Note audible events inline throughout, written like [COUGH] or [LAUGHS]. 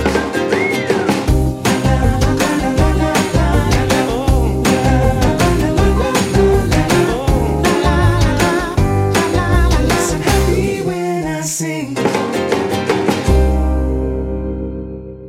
So happy when I sing.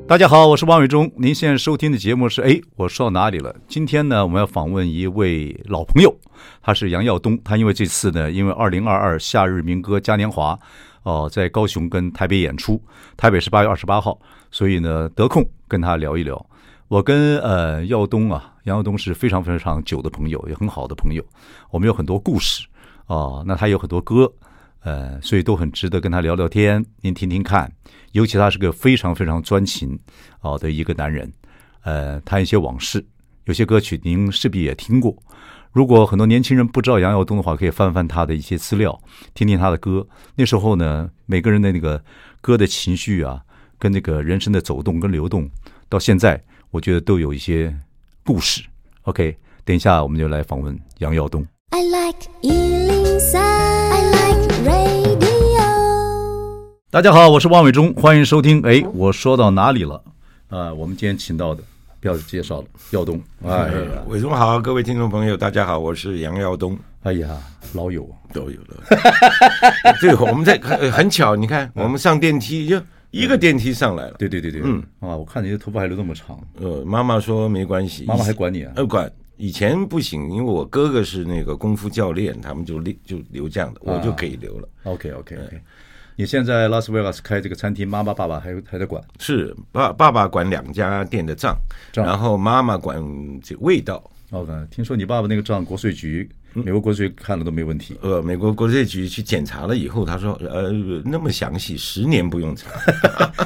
大家好，我是王伟忠，您现在收听的节目是哎，我说到哪里了？今天呢，我们要访问一位老朋友，他是杨耀东，他因为这次呢，因为二零二二夏日民歌嘉年华，哦、在高雄跟台北演出，台北是八月二十八号，所以呢，得空跟他聊一聊。我跟呃耀东啊，杨耀东是非常非常久的朋友，也很好的朋友，我们有很多故事哦、那他有很多歌，呃，所以都很值得跟他聊聊天，您听听看。尤其他是个非常非常专情啊的一个男人，呃，他一些往事，有些歌曲您势必也听过。如果很多年轻人不知道杨耀东的话，可以翻翻他的一些资料，听听他的歌。那时候呢，每个人的那个歌的情绪啊，跟那个人生的走动跟流动，到现在我觉得都有一些故事。OK，等一下我们就来访问杨耀东。 I like Ealing Sound. I like radio. 大家好，我是汪伟忠，欢迎收听。哎，我说到哪里了？呃，我们今天请到的，不要介绍了，耀东。哎呀，伟忠好，各位听众朋友，大家好，我是杨耀东，哎呀，老友啊，都有了。 [LAUGHS] 对，我们在很很巧，你看，我们上电梯就一个电梯上来了。对对对对，嗯啊，我看你的头发还留那么长，呃，妈妈说没关系，妈妈还管你啊？呃管。以前不行，因为我哥哥是那个功夫教练，他们就留就留这样的，我就可以留了。 OK OK OK，你哎现在拉斯维加斯开这个餐厅，妈妈爸爸还还在管，是爸爸爸管两家店的账，账然后妈妈管这味道。哦，听说你爸爸那个账，国税局、嗯美国国税局看了都没问题。呃，美国国税局去检查了以后，他说，呃，那么详细，十年不用查。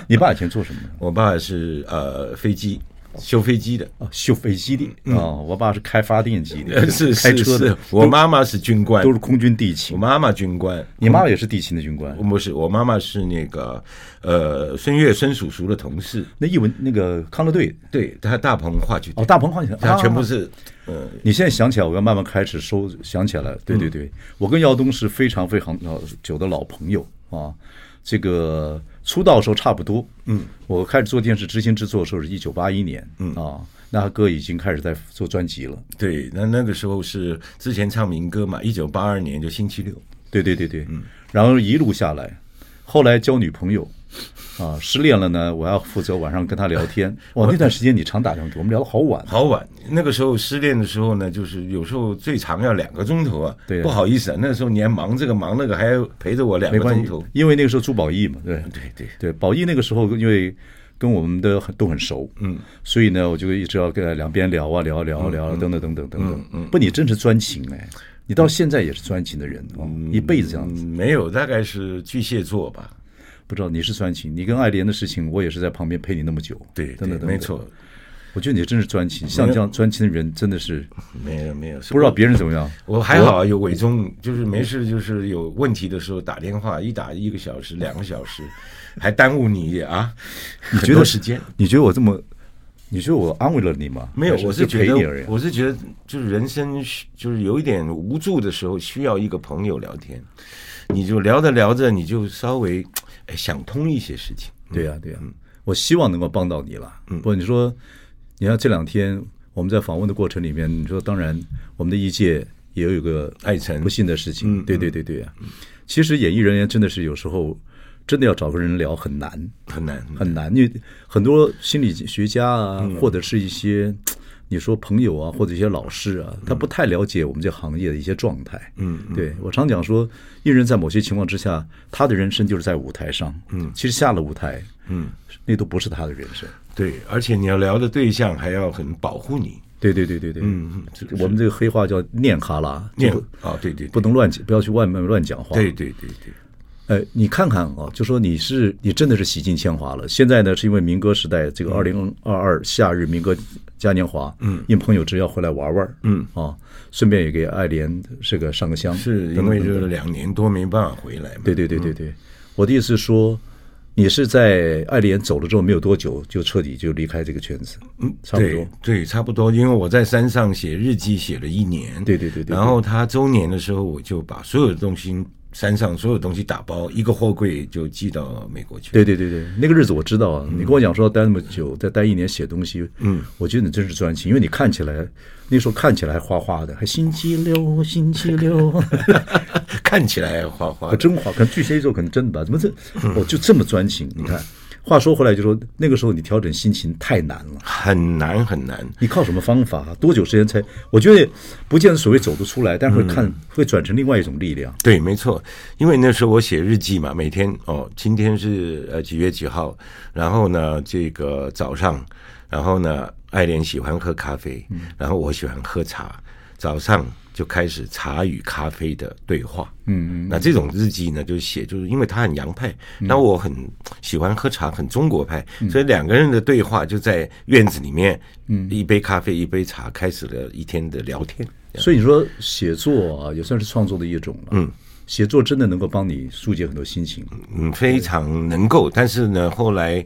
你爸以前做什么的？我爸是呃飞机哦修飞机的， [LAUGHS] 啊，修飞机的啊，我爸是开发电机的，呃是开是车的是，，我妈妈是军官都，是空军地我勤。妈妈军官，你妈妈也是地勤的军官，不是我妈妈是那个呃孙悦孙叔叔的同事，那译文那个康乐队对他大鹏话剧哦，团，大鹏换他全部是。是呃你现在想起来，我要慢慢开始收想起来了。对对对，我跟耀东是非常非常呃久的老朋友啊。这个出道的时候差不多，嗯，我开始做电视执行制作的时候是一九八一年，嗯啊，那他哥已经开始在做专辑了。对，那那个时候是之前唱民歌嘛，一九八二年就星期六，对对对对，嗯，然后一路下来，后来交女朋友，啊，失恋了呢，我要负责晚上跟他聊 [LAUGHS] 天。哇，那段时间你常打电话给我们，聊得好晚。啊好晚。那个时候失恋的时候呢，就是有时候最长要两个钟头啊，对啊不好意思啊，那时候你还忙这个忙那个，还要陪着我两没个关钟系头，，因为那个时候朱宝义嘛，对对对。对，宝义那个时候因为跟我们的很都很熟，嗯，所以呢，我就一直要跟他两边聊啊聊啊聊啊聊嗯啊，等等等等等等。不，你真是专情哎，你到现在也是专情的人哦，一辈子这样子。嗯没有，大概是巨蟹座吧。不知道你是专情，你跟爱莲的事情，我也是在旁边陪你那么久。等等等等，没错，，我觉得你真是专情，像这样专情的人真的是没有没有，是不知道我别人怎么样。我还好啊有伟忠，就是没事就是有问题的时候打电话，一打一个小时、两个小时，还耽误你啊，你很觉多得时间？你觉得我这么？你觉得我安慰了你吗？没有还，我是就是觉陪你而得已。啊我是觉得就是人生需就是有一点无助的时候，需要一个朋友聊天，你就聊着聊着你就稍微哎想通一些事情。对呀、对呀、我希望能够帮到你了。不，你说，你看这两天我们在访问的过程里面，你说当然我们的业界也有一个艾辰不幸的事情，对对对对呀、其实演艺人员真的是有时候真的要找个人聊很难，很难，很难，因为很多心理学家啊，或者是一些你说朋友啊，或者一些老师啊，他不太了解我们这行业的一些状态。嗯，对我常讲说，艺人在某些情况之下，他的人生就是在舞台上。嗯，其实下了舞台，嗯，那都不是他的人生。对，而且你要聊的对象还要很保护你。对对对对对，嗯嗯，我们这个黑话叫念哈拉，念就不啊，对对，对不能乱讲，不要去外面乱讲话。对对对对，呃，你看看啊，就说你是你真的是洗尽铅华了。现在呢，是因为民歌时代这个二零二二夏日民歌嘉年华，嗯，应朋友之邀回来玩玩，嗯啊，顺便也给爱莲这个上个香，是等因等为等就等是两年多没办法回来嘛。嗯对对对对对，我的意思是说，你是在爱莲走了之后没有多久就彻底就离开这个圈子，嗯，差不多对。对，差不多。因为我在山上写日记写了一年，对对对对然后他周年的时候，我就把所有的东西山上所有东西打包，一个货柜就寄到美国去。对对对对，那个日子我知道啊。你跟我讲说要待那么久，再待一年写东西，嗯，我觉得你真是专情，因为你看起来那时候看起来还花花的，还星期六星期 [LAUGHS] 六， [LAUGHS] 看起来花花可的，真花，可能巨蟹座可能真的吧？怎么这我就这么专情？你看，话说回来，就说那个时候你调整心情太难了。很难很难。你靠什么方法？啊多久时间才？我觉得不见得所谓走得出来，但会看、会转成另外一种力量。对，没错，因为那时候我写日记嘛，每天哦，今天是呃几月几号，然后呢，这个早上，然后呢，爱莲喜欢喝咖啡，然后我喜欢喝茶，早上就开始茶与咖啡的对话，嗯嗯，那嗯这种日记呢，就写，就是因为他很洋派，那我很喜欢喝茶，很中国派，所以两个人的对话就在院子里面，嗯，一杯咖啡，一杯茶，开始了一天的聊天，所以你说写作啊，也算是创作的一种了。嗯，写作真的能够帮你疏解很多心情。嗯，非常能够。但是呢，后来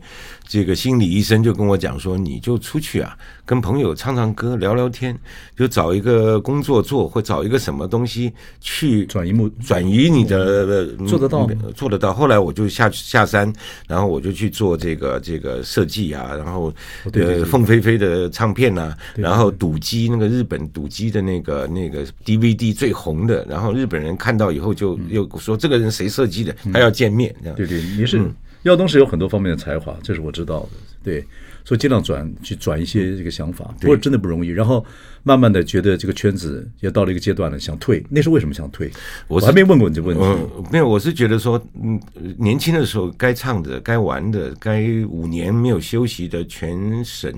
这个心理医生就跟我讲说，你就出去啊，跟朋友唱唱歌、聊聊天，就找一个工作做，或找一个什么东西去转移目转移你的、嗯做得到吗做得到。后来我就下去下山，然后我就去做这个这个设计啊，然后哦对对对呃凤飞飞的唱片呐、然后赌鸡那个日本赌鸡的那个那个 DVD 最红的，然后日本人看到以嗯后就又说这个人谁设计的，他要见面这样。嗯对对，你是、耀东是有很多方面的才华，这是我知道的。对，所以尽量转去转一些这个想法，不过真的不容易。然后慢慢的觉得这个圈子也到了一个阶段了，想退。那是为什么想退？我我是还没问过你这个问题。嗯，没有，我是觉得说，嗯，呃年轻的时候该唱的、该玩的、该五年没有休息的全省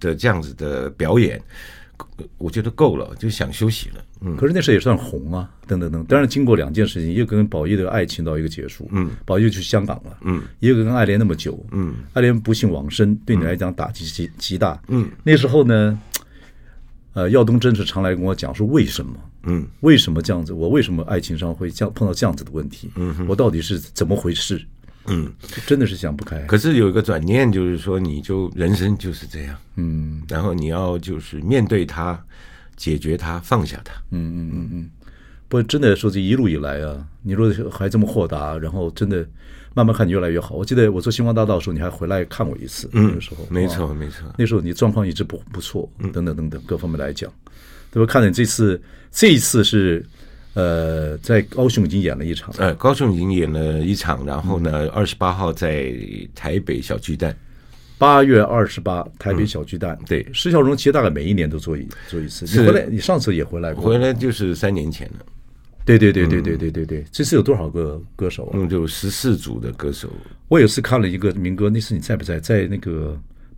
的这样子的表演，呃我觉得够了，就想休息了。嗯，可是那时候也算红啊，等等等。当然，经过两件事情，一个跟宝仪的爱情到一个结束，嗯，宝仪就去香港了，嗯，一个跟爱莲那么久，嗯，爱莲不幸往生，对你来讲打击极极大，嗯，那时候呢，呃，耀东真是常来跟我讲说为什么，嗯，为什么这样子？我为什么爱情上会这样碰到这样子的问题？嗯，我到底是怎么回事？嗯，真的是想不开。可是有一个转念，就是说，你就人生就是这样，嗯，然后你要就是面对它，解决它，放下它。嗯，不过真的说这一路以来啊，你若还这么豁达，然后真的慢慢看你越来越好。我记得我做星光大道的时候，你还回来看我一次，那个时候嗯没哇错，嗯没错。那时候你状况一直不不错，等等等等，各方面来讲，对吧？看你这次，这一次是呃，在高雄已经演了一场，呃，高雄已经演了一场，然后呢，二十八号在台北小巨蛋。八月二十八台北小巨蛋。对施孝荣其实大概每一年都做一做一次。嗯是你回来，你上次也回来过，回来嗯就是三年前了，对对对对对对对对。这次有多少个歌手啊？嗯，就十四组的歌手。我有一次看了一个民歌，那次你在不在？在那个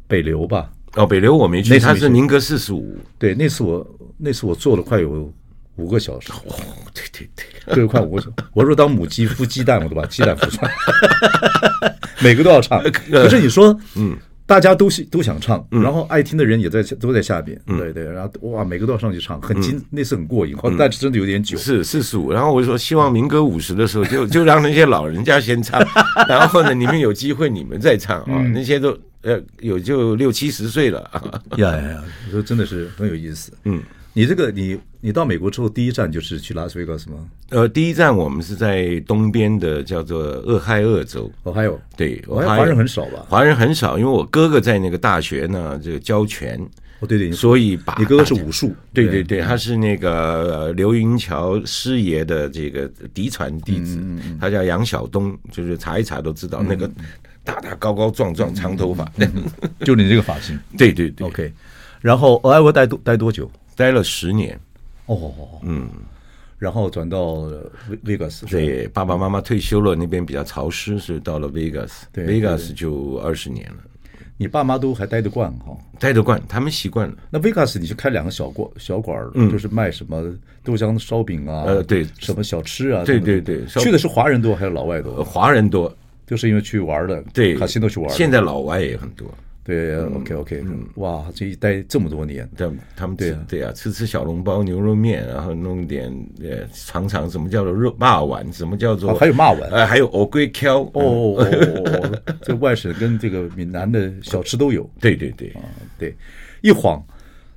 北流吧？哦，北流我没那去，次没他去是民歌四十五。对，那次我那次我做了快有五个小时，哦，对对对，做了快五个小时。我说当母鸡孵鸡蛋，我都把 [LAUGHS] 鸡蛋孵出来，每个都要唱。可是你说，呃嗯。大家都喜都想唱，然后爱听的人也在都在下边，对对，然后哇，每个都要上去唱，很精，那次很过瘾，但是真的有点久，是四十五。然后我就说，希望民歌五十的时候就，就 [LAUGHS] 让那些老人家先唱， [LAUGHS] 然后呢，你们有机会你们再唱啊、嗯那些都呃有就六七十岁了 [LAUGHS] 啊。 [LAUGHS] 呀呀呀！我说真的是很有意思。嗯，你这个你你到美国之后，第一站就是去拉斯维加斯吗？呃，第一站我们是在东边的叫做俄亥俄州。哦，还有对，我还俄亥俄华人很少吧？华人很少，因为我哥哥在那个大学呢，这个教拳，哦，对对，你所以把你哥哥是大家武术，对对嗯对，他是那个呃刘云桥师爷的这个嫡传弟子，嗯他叫杨晓东，就是查一查都知道、那个大大高高壮壮长头发，就你这个发型。 [LAUGHS] 对对对，嗯 OK，然后俄亥俄待多待多久？待了十年。哦，嗯，然后转到维维加斯，对，爸爸妈妈退休了，那边比较潮湿，所以到了 Vegas，Vegas 对对就二十年了，你爸妈都还待得惯哈。待得惯，他们习惯了。那维加斯你去开两个小馆小馆儿，就是卖什么豆浆烧饼啊，呃对什么小吃啊，对什么的对对烧去的是华人多还是老外多呃？华人多，就是因为去玩了，对，卡西诺去玩了，现在老外也很多，对，OK OK，哇，这一待这么多年，但他们对吃啊对啊，吃吃小笼包、牛肉面，然后弄点呃，尝尝什么叫做肉骂碗，什么叫做哦还有骂碗呃，还有藕龟嗯挑哦，哦哦哦，这外省跟这个闽南的小吃都有。对对对，哦对，一晃，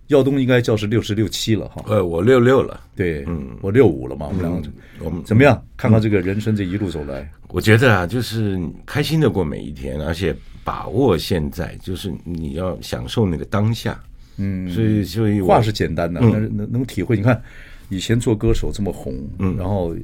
耀东应该叫是六十六七了哈。呃，我六六了，对，我六五了嘛，我们两个嗯我们怎么样？看看这个人生这一路走来，我觉得啊，就是开心的过每一天，而且把握现在，就是你要享受那个当下。嗯，所以所以我话是简单嗯的，但是能能体会。你看，以前做歌手这么红，嗯然后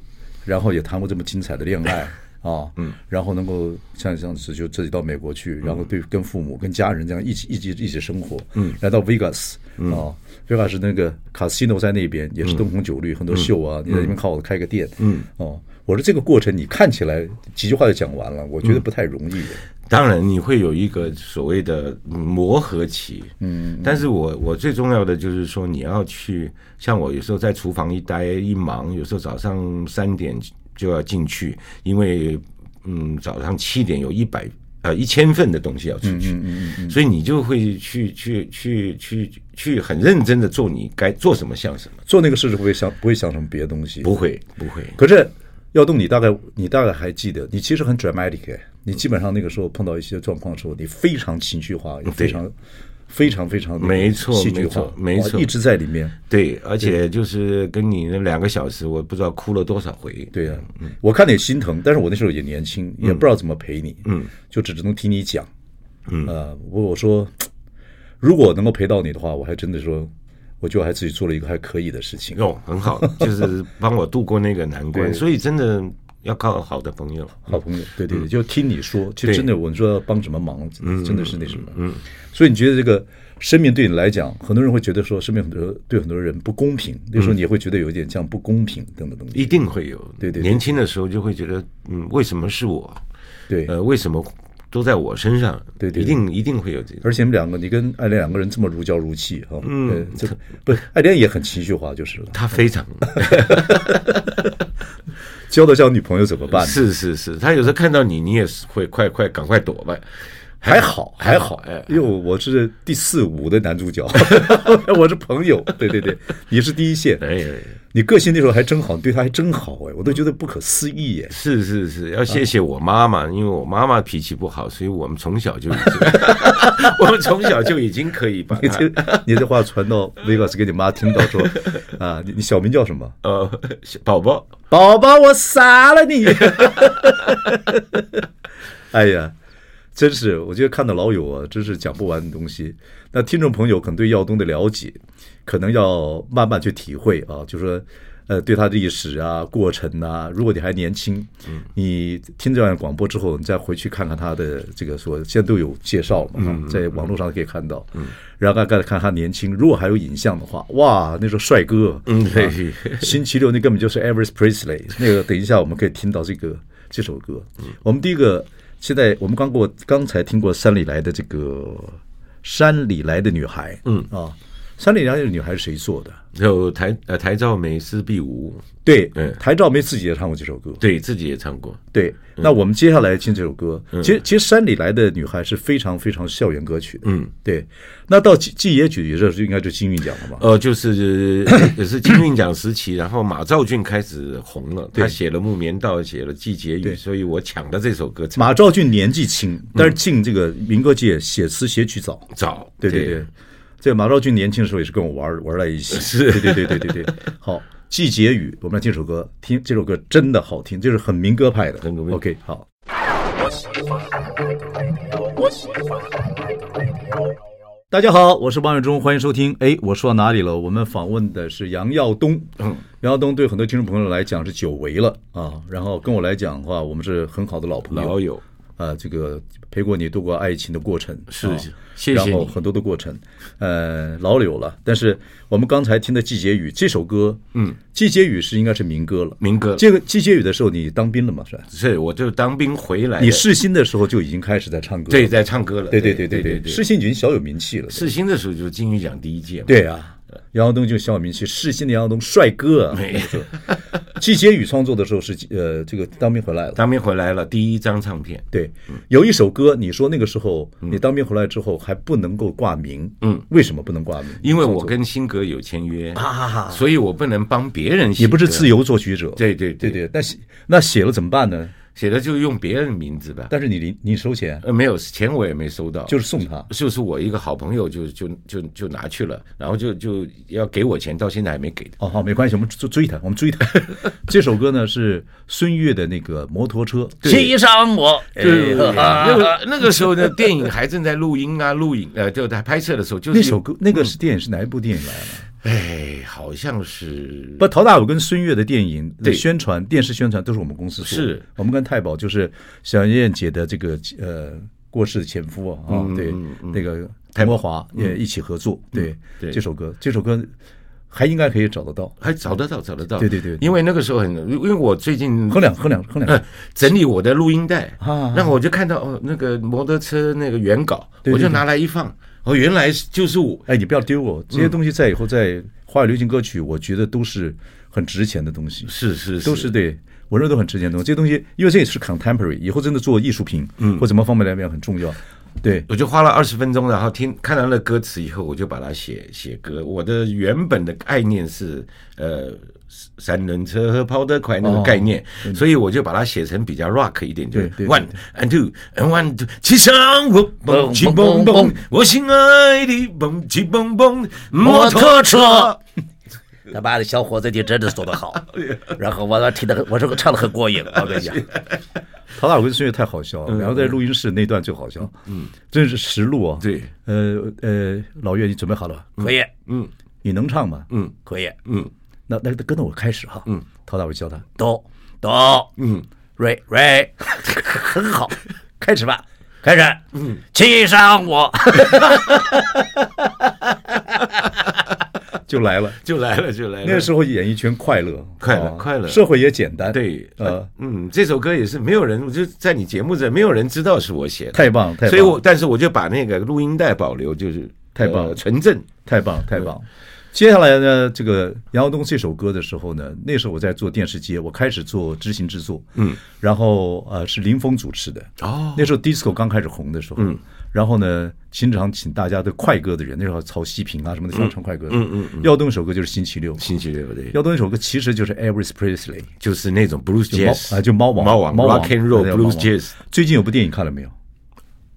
然后也谈过这么精彩的恋 [LAUGHS] 爱啊，嗯然后能够像像是就自己到美国去，然后对跟父母跟家人这样一起一起一起生活，嗯来到 Vegas 啊，Vegas 那个 casino 在那边也是灯红酒嗯绿，很多秀啊，你在那边靠开个店，嗯，哦。我说这个过程，你看起来几句话就讲完了，我嗯觉得不太容易。当然你会有一个所谓的磨合期，嗯，但是我我最重要的就是说你要去，像我有时候在厨房一待一忙，有时候早上三点就要进去，因为嗯早上七点有一百呃一千份的东西要出去，所以你就会去去去去去很认真的做你该做什么像什么，做那个事是不会想不会想什么别的东西，不会不会，可是耀东，你大概你大概还记得，你其实很 dramatic，哎你基本上那个时候碰到一些状况的时候，你非常情绪化，也非常非常非常那个没错戏剧没化错，没哇错一直在里面。对，而且就是跟你那两个小时，我不知道哭了多少回，对呀、嗯我看你心疼，但是我那时候也年轻，也不知道怎么陪你，嗯，就只能听你讲，嗯，呃，我我说，如果能够陪到你的话，我还真的说，我就还自己做了一个还可以的事情，哦，很好，就是帮我度过那个难关。 [LAUGHS] 对所以真的要靠好的朋友。好朋友，嗯对对对，就听你说，其实对真的，我说要帮什么忙，真的是那什么，嗯，所以你觉得这个生命对你来讲，很多人会觉得说生命很多对很多人不公平，那时候你也会觉得有一点这样不公平等等等等，一定会有，对对对年轻的时候就会觉得，嗯，为什么是我？对，呃，为什么都在我身上？对对对一定一定会有这个。而且你们两个，你跟爱莲两个人这么如胶如漆哈，嗯，这不爱莲也很情绪化，就是了，他 [LAUGHS] 非常交得上女朋友怎么办？是是是，他有时候看到你，你也是会快快赶快躲吧。还好，还好，哎，因为我是第四五的男主 [LAUGHS] 角，我是朋友，对对对，你是第一线，哎，你个性那时候还真好，你对他还真好哎，我都觉得不可思议哎。是是是，要谢谢我妈啊妈，因为我妈妈脾气不好，所以我们从小就已经， [LAUGHS] 我们从小就已经可以把 [LAUGHS] 你她这你这话传到 Vegas 给你妈听到说，啊，你你小名叫什么？呃小宝宝宝宝，我杀了你！ [LAUGHS] 哎呀，真是，我觉得看到老友啊，真是讲不完的东西。那听众朋友可能对耀东的了解，可能要慢慢去体会啊，就说。呃，对他的历史啊、过程啊，如果你还年轻，你听这样的广播之后，你再回去看看他的这个说，现在都有介绍了嘛，在网络上可以看到。然后再看他年轻，如果还有影像的话，哇，那时候帅哥，嗯对 [LAUGHS] 星期六那根本就是 Elvis Presley。那个等一下我们可以听到这个这首歌。我们第一个，现在我们刚过刚才听过山里来的这个山里来的女孩，嗯啊，山里来的女孩是谁做的？有台呃台照梅思碧无，对嗯，台照梅自己也唱过这首歌。对自己也唱过，对，那我们接下来听这首歌。其实，其实山里来的女孩是非常非常校园歌曲的。嗯，对。那到季季野举这是应该就金韵奖了吧？呃，就是 [COUGHS] 呃也是金韵奖时期，然后马兆俊开始红了，他写了《木棉道》，写了《季节雨对》，所以我抢的这首歌唱马兆俊年纪轻，但是进这个民歌界写词写曲早。早，对对对，这马兆俊年轻的时候也是跟我玩儿玩儿在一起，是，对对对对对对。好，季节雨，我们来听首歌，听这首歌真的好听，就是很民歌派的很民。歌 OK，好。大家好，我是王永忠，欢迎收听。哎，我说到哪里了？我们访问的是杨耀东。杨耀东对很多听众朋友来讲是久违了啊，然后跟我来讲的话，我们是很好的老朋友。老友呃，这个陪过你度过爱情的过程，是啊是谢谢然后你很多的过程，呃，老柳了。但是我们刚才听的《季节雨》这首歌，嗯，《季节雨》是应该是民歌了。民歌，这个《季节雨》的时候，你当兵了嘛？是吧？是我就当兵回来的，你试新的时候就已经开始在唱歌了，哎对在唱歌了，对对对对对对对，世新已经小有名气了，世新的时候就是金韵奖第一届嘛，对啊，杨耀东就是小有名气，世新的杨耀东，帅哥啊！那个时候季节雨创作的时候是呃，这个当兵回来了。当兵回来了，第一张唱片，对，有一首歌，你说那个时候你当兵回来之后还不能够挂名，嗯，为什么不能挂名？因为我跟辛格有签约，啊所以我不能帮别人写你歌。不是自由作曲者，对对对对，对，那写那写了怎么办呢？写的就用别人名字吧。但是你你你收钱，呃，没有钱我也没收到，就是送他，就是我一个好朋友就就就就拿去了，然后就就要给我钱，到现在还没给的。哦，好，没关系，我们追追他，我们追他。 [LAUGHS] 这首歌呢是孙悦的那个摩托车，骑上我，对，哎那 [LAUGHS] 个那个时候呢，电影还正在录音啊，录影呃，就在拍摄的时候，就是那首歌那个是电影是哪一部电影来的？哎，好像是不，陶大伟跟孙悦的电影对宣传、电视宣传都是我们公司做的。是我们跟太保就是小燕姐的这个呃过世的前夫啊，啊嗯对，那个谭国华也一起合作。对，对这首歌，这首歌还应该可以找得到。还找得到，找得到。对对对对因为那个时候很，因为我最近哼两哼两哼两 [LAUGHS] 呃，整理我的录音带啊然后我就看到哦，那个摩托车那个原稿，对对我就对拿来一放，哦，原来就是我。哎，你不要丢我这些东西，在以后在华语流行歌曲，我觉得都是很值钱的东西。是是都是对，我认为都很值钱的东西。这些东西，因为这也是 contemporary，以后真的做艺术品，嗯，或怎么方面来讲很重要。对，我就花了二十分钟，然后听看到那歌词以后，我就把它写写歌。我的原本的概念是，呃，三轮车跑得快那个概念，所以我就把它写成比较 rock 一点，就哦对对对 one and two and one two，骑上我蹦起蹦蹦蹦，我心爱的蹦起蹦蹦摩托车。他妈的小伙子，你真的做得 [LAUGHS] 好。哎然后我我听的，我说唱的很过瘾，我跟你讲，陶大伟跟孙悦太好笑嗯了，然后在录音室那段最好笑，嗯，真是实录啊。对，呃呃，老岳，你准备好了吧？可以，嗯你能唱吗？嗯可以，嗯，那那跟着我开始哈。嗯，陶大伟教他懂懂，嗯，瑞瑞， [LAUGHS] 很好，开始吧，开始，嗯，骑上我，就来了。 [LAUGHS] 就来了，就来了。那时候演艺圈快乐，快乐啊快乐社会也简单。对，呃呃，，嗯，这首歌也是没有人，我就在你节目这，没有人知道是我写的，太棒了太棒了所以我，但是我就把那个录音带保留，就是太棒了呃纯正。太棒太棒。接下来呢，这个杨耀东这首歌的时候呢，那时候我在做电视节，我开始做执行制作，嗯，然后呃是林峰主持的，哦那时候 disco 刚开始红的时候，嗯，然后呢，经常请大家的快歌的人，那时候曹希平啊什么的，经常唱快歌，嗯嗯，耀东一首歌就是星期六，星期六对，耀东一首歌其实就是 Elvis Presley，就是那种 blues 就猫 jazz 啊就猫王，猫王猫王 rock and roll 对猫王 blues jazz，最近有部电影看了没有？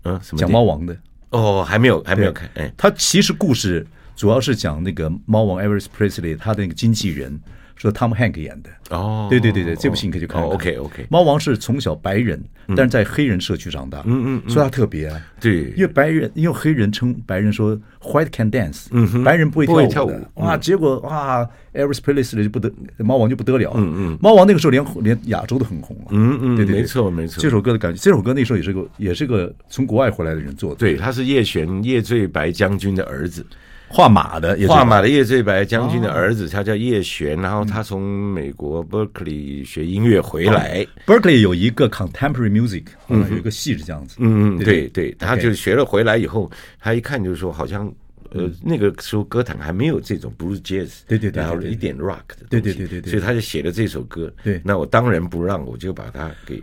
嗯，什么讲地猫王的，哦，还没有还没有看，哎，他其实故事主要是讲那个猫王 Elvis Presley 他的那个经纪人，是 Tom Hank 演的。哦，对对对对，这部戏你可以去看看。 OK OK，猫王是从小白人，嗯但是在黑人社区长大，嗯嗯，所以他特别啊。对因为白人，因为黑人称白人说 white can dance，嗯白人不会不会跳跳舞舞的，嗯哇，结果哇，Elvis Presley 就不得猫王就不得了，嗯嗯，猫王那个时候连连亚洲都很红了，嗯嗯对对，对没错没错这首歌的感觉，这首歌那时候也是个也是个从国外回来的人做的，对，他是叶璇叶最白将军的儿子，画马的，也是画马的叶最白将军的儿哦子，他叫叶璇，然后他从美国 Berkeley 学音乐回来， Berkeley 有一个 contemporary music，嗯，有一个系是这样子，嗯，对对对，他就学了回来以后，他一看就是说，好像呃那个时候歌坛还没有这种 blues jazz，嗯对对对对然后对一点 rock 的东对西，对对对对所以他就写了这首歌。对那我当仁不让，我就把它给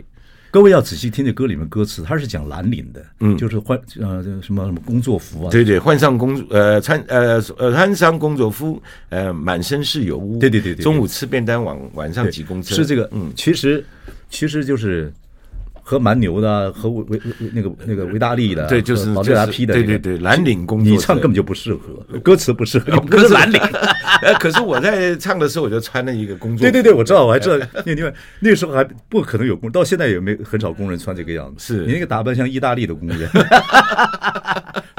各位要仔细听这歌里面歌词，它是讲蓝领的，嗯，就是换呃什么什么工作服啊，对对换上工呃穿呃呃穿上工作服，呃满身是油污，对对对对对中午吃便当，晚晚上对，挤公车，是这个，嗯，其实其实就是和蛮牛的啊，和维维维那个那个维达利的啊，对，就是保加拉就是皮的那对个，对对，蓝领工作者，哦你唱根本就不适合，歌词不适合，不是蓝领，呃 [LAUGHS] 可是我在唱的时候我就穿了一个工作，对对对，我知道，我还知哎道。 [LAUGHS] 那另外那个时候还不可能有工人，到现在也没很少工人穿这个样子。是你那个打扮像意大利的工 [LAUGHS] 人，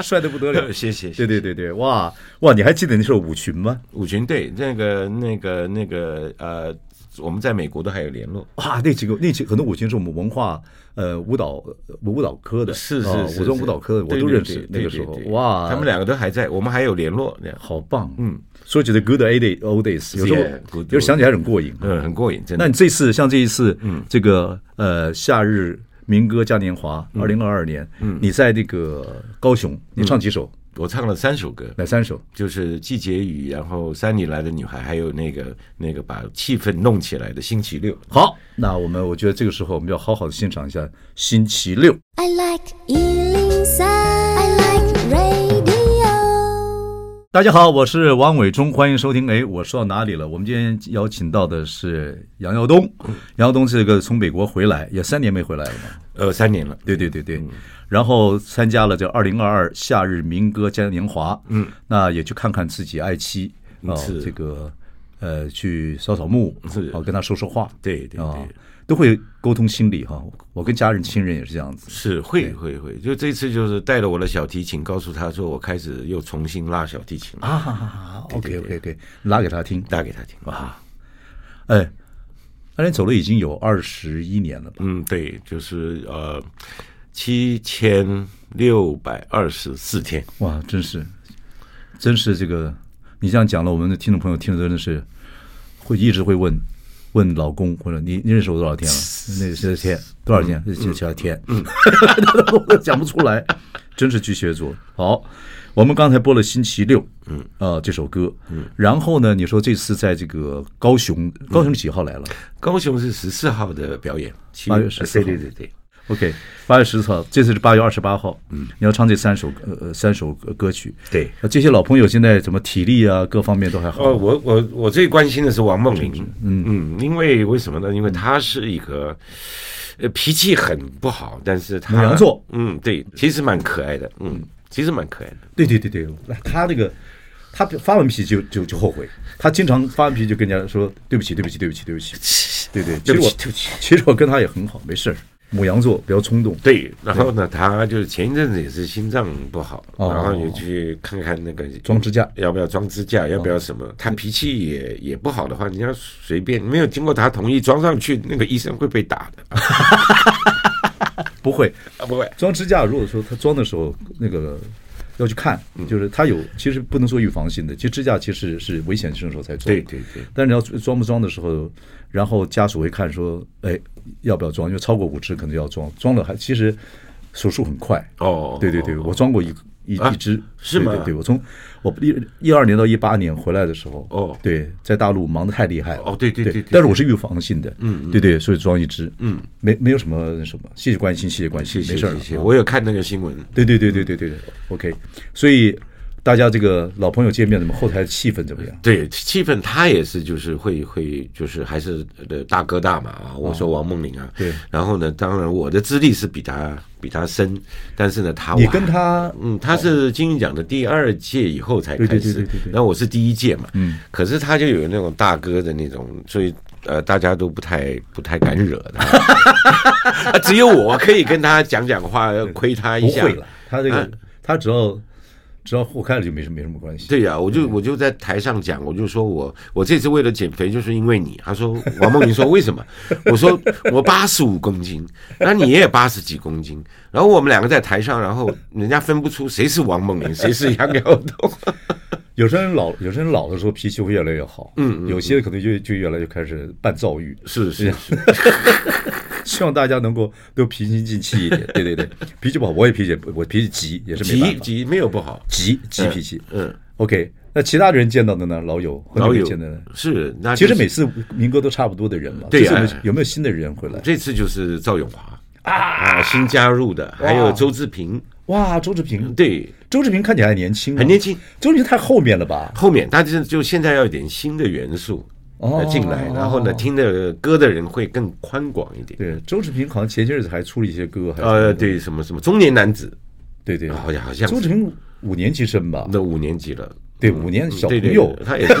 帅的不得了。 [LAUGHS] 谢谢谢对对谢对对，哇哇，你还记得那时候舞裙吗？舞群队那个那个那个呃，我们在美国都还有联络。哇，那几个那几很多舞裙是我们文化呃舞蹈呃舞蹈科的，是是啊是，武装舞蹈科的，我对都对认对识。那对个对时候对，哇，他们两个都还在，我们还有联络，那样好棒。嗯，说起的 good old days- old days，有时是候，good 有时候想起来很过瘾。 [LAUGHS] 嗯，很过瘾，真那的你。这次像这一次，这个呃夏日民歌嘉年华，二零二二年，你在那个高雄，你唱几首？我唱了三首歌，哪三首？就是《季节雨》，然后《山里来的女孩》，还有那个那个把气氛弄起来的《星期六》。好，那我们我觉得这个时候我们要好好的欣赏一下星期六。 I like Ealing Sound. I like radio. 大家好，我是王伟忠，欢迎收听。哎，我说到哪里了？我们今天邀请到的是杨耀东，杨耀东这个从美国回来也三年没回来了嘛，呃，三年了，对对对嗯对，然后参加了这二零二二夏日民歌嘉年华，嗯，那也去看看自己爱妻啊、是这个呃，去扫扫墓，是啊，跟他说说话，对对对啊，都会沟通心理哈、我跟家人亲人也是这样子，是会会会，就这次就是带了我的小提琴，告诉他说我开始又重新拉小提琴了，啊，OK OK OK，拉给他听，打给他听啊。哎，那你走了已经有二十一年了吧？嗯，对，就是呃，七千六百二十四天，哇，真是，真是这个，你这样讲了，我们的听众朋友听了真的是会一直会问问老公或者你你认识我多少天了？那些天多少天？这这这天，嗯，我 [LAUGHS] 讲不出来，真是巨蟹座。好，我们刚才播了星期六，嗯，啊这首歌，嗯，然后呢，你说这次在这个高雄，高雄几号来了高雄是十四号的表演，七呃八月14号对对对对， ？OK，八月十四号，这次是八月二十八号，嗯，你要唱这三首歌呃呃三首歌歌曲，对呃，这些老朋友现在怎么体力啊各方面都还好吗？哦，我我我最关心的是王梦玲，嗯嗯，因为为什么呢？因为她是一个呃脾气很不好，但是她母羊座嗯，对，其实蛮可爱的，嗯，其实蛮可爱的。对对对对，那他这个，他发完脾气就就就后悔，他经常发完脾气就跟人家说对不起，对不起，对不起，对不 [LAUGHS] 起，对对，其对实不我起对不起其实我跟他也很好，没事儿。母羊座比较冲动，对，然后呢，她就是前一阵子也是心脏不好，哦然后也去看看那个装支架哦要不要装支架，要不要什么？她脾气也也不好的话，你要随便没有经过她同意装上去，那个医生会被打的，啊啊不会不会。装支架。如果说他装的时候那个要去看，嗯就是他有其实不能说预防性的，其实支架其实是危险性的时候才装。对对对但是你要装不装的时候，然后家属会看说，哎，要不要装？因为超过五只可能要装，装了还其实手术很快。哦对对对，我装过一一啊一只，是对吗对对，我从我一一二年到一八年回来的时候，哦对，在大陆忙得太厉害了。哦对对对对对但是我是预防性的，嗯，对对，所以装一只，嗯，没没有什么那什么，谢谢关心，谢谢关心，谢谢没事儿嗯谢谢，了我有看那个新闻，对对对对对对对，OK，所以大家这个老朋友见面，怎么后台的气氛怎么样？对气氛，他也是就是会会就是还是呃大哥大嘛啊，我说王梦玲啊，哦对然后呢，当然我的资历是比他比他深，但是呢，他你我跟他嗯，他是金鹰奖的第二届以后才对开对对对始对对，那我是第一届嘛，嗯，可是他就有那种大哥的那种，所以呃大家都不太不太敢惹他， [LAUGHS] 啊只有我可以跟他讲讲话，亏他不一下，会了，他这个啊他只要只要互开了就没什么没什么关系。对呀、我嗯就我就在台上讲，我就说我我这次为了减肥就是因为你。他说王梦玲说为什 [LAUGHS] 么？我说我八十五公斤，那你也八十几公斤。然后我们两个在台上，然后人家分不出谁是王梦玲，谁是杨耀 [LAUGHS] 东。有些人老，有些人老的时候脾气会越来越好，嗯，有些可能就就越来越开始办躁郁，是是是，希望大家能够都平心静气一点，对对对，脾气不好我也脾气我脾气急也是没办急法，急没有不好，急急脾气，嗯， ，OK，那其他人见到的呢，老友和老那个友见到的，是那其就是实每次民歌都差不多的人嘛，对呀哎这次有没有有没有新的人回来？这次就是赵永华啊新加入的，还有周志平，哇，周志平，对，周志平看起来还年轻啊，很年轻周志平太后面了吧？后面他就是就现在要有点新的元素。哦呃进来，然后呢，听的歌的人会更宽广一点。对，周志平好像前些日子还出了一些歌，还是呃，对，啊什么什么中年男子，对对，好像好像周志平五年级生吧？那五年级了，对，五年小朋对对，友 [LAUGHS] 他也是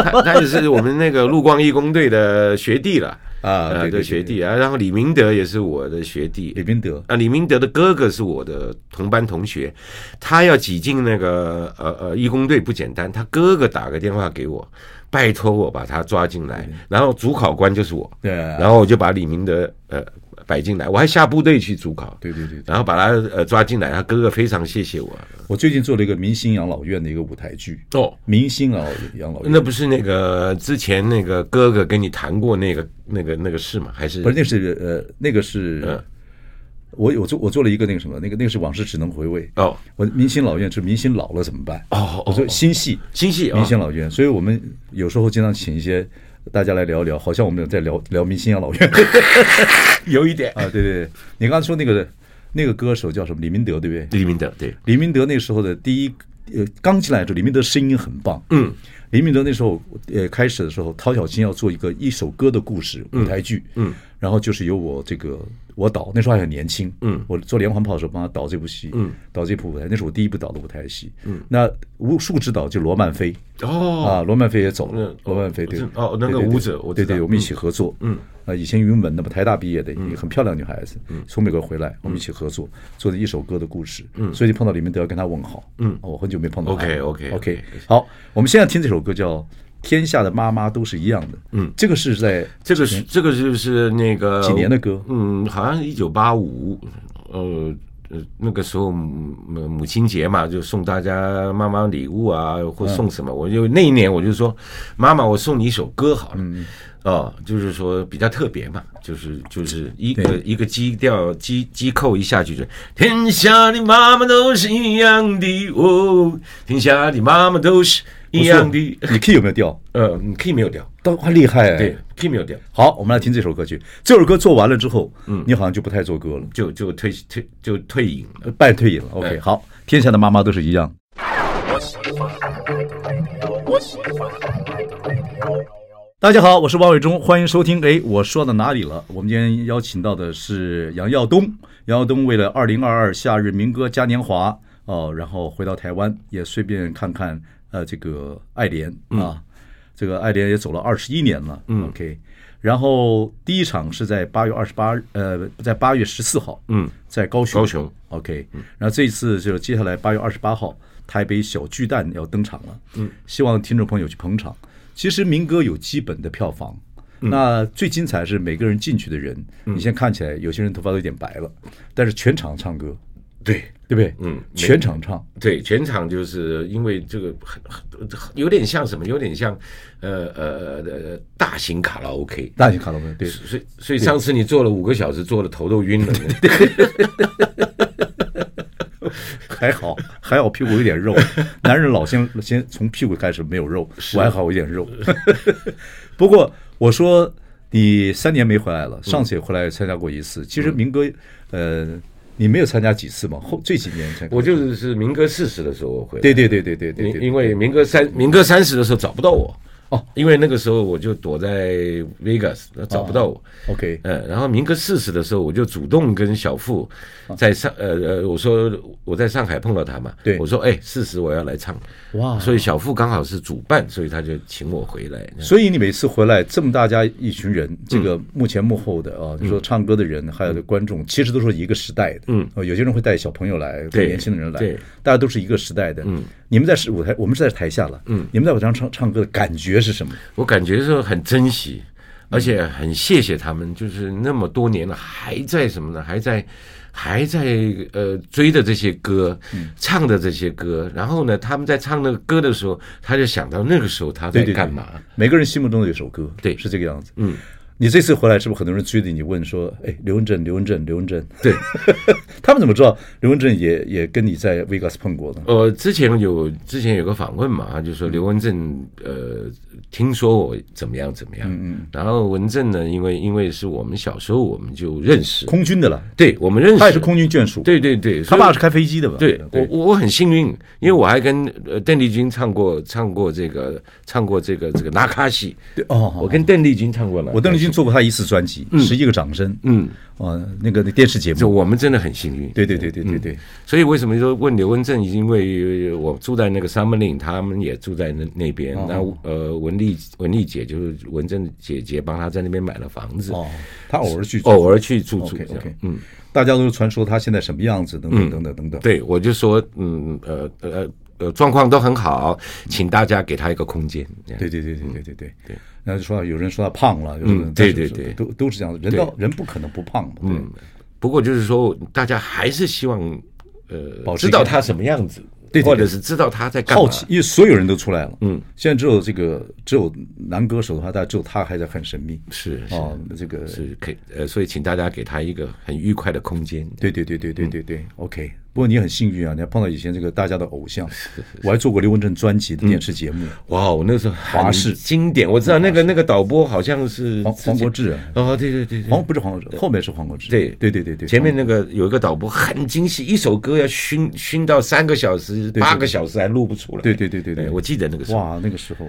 他他也是我们那个陆光义工队的学弟了啊对对呃对对学弟啊，然后李明德也是我的学弟李，明德，啊，李明德的哥哥是我的同班同学，他要挤进那个呃呃义工队不简单，他哥哥打个电话给我，拜托我把他抓进来，然后主考官就是我，对然后我就把李明德呃摆进来，我还下部队去主考，对对对对然后把他呃抓进来，他哥哥非常谢谢我，我最近做了一个明星养老院的一个舞台剧，哦，明星养老养老院，那不是那个之前那个哥哥跟你谈过那个那个那个事吗？还是不是那是呃那个是嗯我我做我做了一个那个什么，那个那个是往事只能回味哦。我明星老院是明星老了怎么办？哦哦我说新戏新戏啊明星老院，所以我们有时候经常请一些大家来聊一聊，好像我们在聊聊明星养老院 [LAUGHS] 有一点啊。对对，对你刚才说那个那个歌手叫什么？李明德对不对？李明德对，李明德那时候的第一，呃，刚进来的时候，李明德声音很棒。嗯，李明德那时候，呃，开始的时候，陶小青要做一个一首歌的故事舞台剧。嗯，然后就是由我这个我导，那时候还很年轻。嗯，我做连环炮的时候帮他导这部戏。嗯，导这部舞台，那是我第一部导的舞台戏。嗯，那无数指导就罗曼菲。哦啊，罗曼菲也走了嗯，罗曼菲我对知哦那对个对对舞者我对知对，道我们一起合作，嗯，啊，以前云文的嘛，台大毕业的，嗯一个很漂亮的女孩子，从美国回来，我们一起合作，做的一首歌的故事，嗯，所以碰到李明德要跟他问好，嗯，我很久没碰到他 OK，OK， OK， OK 好，我们现在听这首歌叫《天下的妈妈都是一样的》，嗯，这个是在这个是这个就是那个几年的歌嗯，好像一九八五，呃。呃，那个时候母母母亲节嘛，就送大家妈妈礼物啊，或送什嗯么。我就那一年我就说，妈妈，我送你一首歌好了。嗯哦，就是说比较特别嘛，就是就是一个一个基调基基扣一下去就，天下的妈妈都是一样的哦，天下的妈妈都是一样的。你 key 有没有掉？呃嗯，key 没有掉，都还厉害，哎对。，key 没有掉。好，我们来听这首歌曲。这首歌做完了之后，嗯，你好像就不太做歌了，就就退退就退隐了。呃半退隐了。OK，哎好，天下的妈妈都是一样的。大家好，我是王伟忠，欢迎收听。哎，我说到哪里了？我们今天邀请到的是杨耀东。杨耀东为了二零二二夏日民歌嘉年华哦，然后回到台湾，也顺便看看呃这个爱莲啊，这个爱莲也走了二十一年了。嗯，OK。然后第一场是在八月二十八，呃，在八月十四号，嗯，在高雄，高雄 OK，然后这一次就是接下来八月二十八号，台北小巨蛋要登场了，嗯，希望听众朋友去捧场。其实民歌有基本的票房，那最精彩是每个人进去的人，你先看起来有些人头发都有点白了，但是全场唱歌，对对不对？嗯全场唱，对，全场就是因为这个很很有点像什么，有点像呃呃呃大型卡拉 OK。大家看到没有？对，所以所以上次你做了五个小时，做的头都晕了。还好，还好屁股有点肉。男人老先先从屁股开始没有肉，我还好有点肉。 [LAUGHS] 不过我说你三年没回来了，上次也回来参加过一次。其实明哥，呃，你没有参加几次嘛？后这几年才我就是是民歌四十的时候我回来。对对对对对对因对因为民歌三民歌三十的时候找不到我哦，因为那个时候我就躲在 Vegas 找不到我。哦，OK，嗯，然后民歌四十的时候，我就主动跟小付哦在上呃呃，我说我在上海碰到他嘛，对我说哎四十我要来唱，哇所以小付刚好是主办，所以他就请我回来。所以你每次回来，这么大家一群嗯人，这个幕前幕后的啊，你说唱歌的人，还有观众，其实都是一个时代的。嗯呃，有些人会带小朋友来，带对年轻的人来，对，大家都是一个时代的。嗯，你们在是舞台，我们是在台下了。嗯，你们在舞台上唱唱歌的感觉是什么？我感觉说很珍惜，而且很谢谢他们，就是那么多年了，还在什么呢？还在，还在呃追的这些歌，嗯唱的这些歌。然后呢，他们在唱那个歌的时候，他就想到那个时候他在对对，对干嘛。？每个人心目中都有一首歌，对是这个样子。嗯，你这次回来是不是很多人追着你问说，哎，刘文正，刘文正，刘文正，对， [LAUGHS] 他们怎么知道刘文正也也跟你在 Vegas 碰过呢？呃，之前有之前有个访问嘛，就嗯说刘文正，呃，听说我怎么样怎么样，嗯，然后文正呢，因为因为是我们小时候我们就认识，空军的了，对我们认识，他也是空军眷属，对对对，他所以爸是开飞机的吧？对我我我很幸运，因为我还跟呃邓丽君唱过唱过这个唱过这个这个纳卡西，对哦，我跟邓丽君唱过了，我邓丽君做过她一次专辑，十一个掌声，嗯，哦，那个那电视节就嗯目，我们真的很幸运，对对对对对对，所以为什么说问刘文正？因为我住在那个 Summerlin，他们也住在那那边。哦那、呃，文丽文丽姐就是文正姐姐，帮她在那边买了房子，哦，她偶尔去做偶尔去住住。 OK 这样 OK，嗯，大家都传说她现在什么样子，等等等等等等，对，我就说，嗯呃呃呃，状况都很好，请大家给她一个空间。这样对对对对对对对对，然后就说有人说她胖了，有人嗯对但是对对都都是这样，人到人不可能不胖嘛，嗯，不过就是说，大家还是希望保呃持知道她什么样子。对对对或者是知道他在干嘛。好奇，因为所有人都出来了，嗯，现在只有这个只有男歌手的话，但只有他还在很神秘，是是哦，这个是可以呃，所以请大家给他一个很愉快的空间。对对对对对对对、o k 不过你很幸运啊，你还碰到以前这个大家的偶 [LAUGHS] 像，我还做过刘文正专辑的电视节目，哇，我那时候很华视经典，我知道那个那个导播好像是黄之黄前国志啊哦，对对对对，黄不是黄国志，后面是黄国志，对对对对对，前面那个有一个导播很精细，一首歌要熏熏到三个小时、对八个小时还录不出来。对对对对对哎我记得那个时候。哇，那个时候，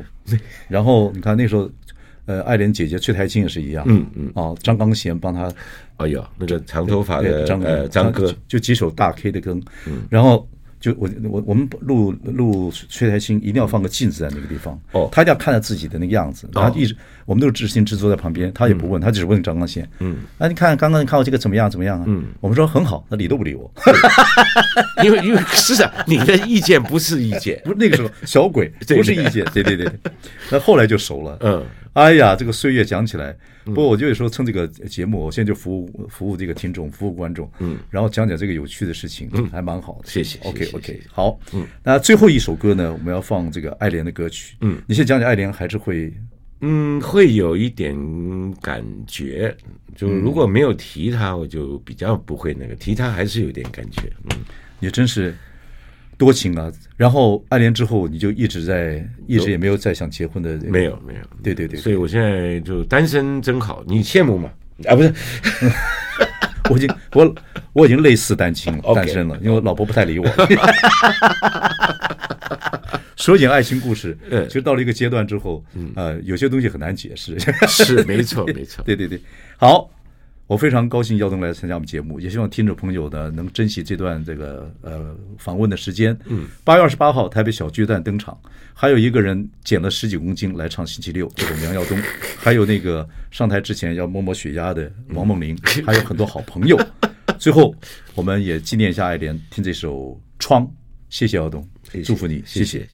然后你看那时候，呃，爱莲姐姐崔台青也是一样，嗯嗯，啊，张刚贤帮他，哎呦，那个长头发对的张呃张哥嗯就，就几首大 K 的歌，然后。就我我我们录录崔台青，一定要放个镜子在那个地方，哦他一定要看到自己的那个样子，然后一直我们都是知心制作在旁边，他也嗯不问，他只问张刚贤，嗯，啊，你看刚刚你看我这个怎么样怎么样啊？嗯，我们说很好，他理都不理我，因为因为是啊，你的意见不是意见，不是那个时候 [LAUGHS] 小鬼，对不是意见，对对 [LAUGHS] 对。对那后来就熟了，嗯，哎呀，这个岁月讲起来，不过我就有时候趁这个节目，我现在就服务服务这个听众，服务观众，嗯，然后讲讲这个有趣的事情，还蛮好的。谢谢谢谢，OK 谢谢 OK，好，嗯，那最后一首歌呢，我们要放这个爱莲的歌曲，嗯，你先讲讲爱莲还是会嗯，会有一点感觉，就如果没有提他，我就比较不会那个提他，还是有点感觉。嗯，也真是多情啊。然后爱莲之后，你就一直在，一直也没有再想结婚的，没有没有，对对对所以我现在就单身真好，你羡慕吗？啊，不是， [LAUGHS] 我已经我我已经类似单亲了 OK 单身了，因为我老婆不太理我。 [LAUGHS] 说点爱情故事，嗯其实到了一个阶段之后，呃，有些东西很难解释。 [LAUGHS] 是没错没错。对对对，好，我非常高兴耀东来参加我们节目，也希望听众朋友呢能珍惜这段这个呃访问的时间。嗯，八月二十八号台北小巨蛋登场，还有一个人减了十几公斤来唱星期六，就是我们杨耀东，还有那个上台之前要摸摸血压的王梦玲，嗯还有很多好朋友。最后，我们也纪念一下爱莲，听这首《窗》，谢谢耀东，谢谢祝福你，谢谢谢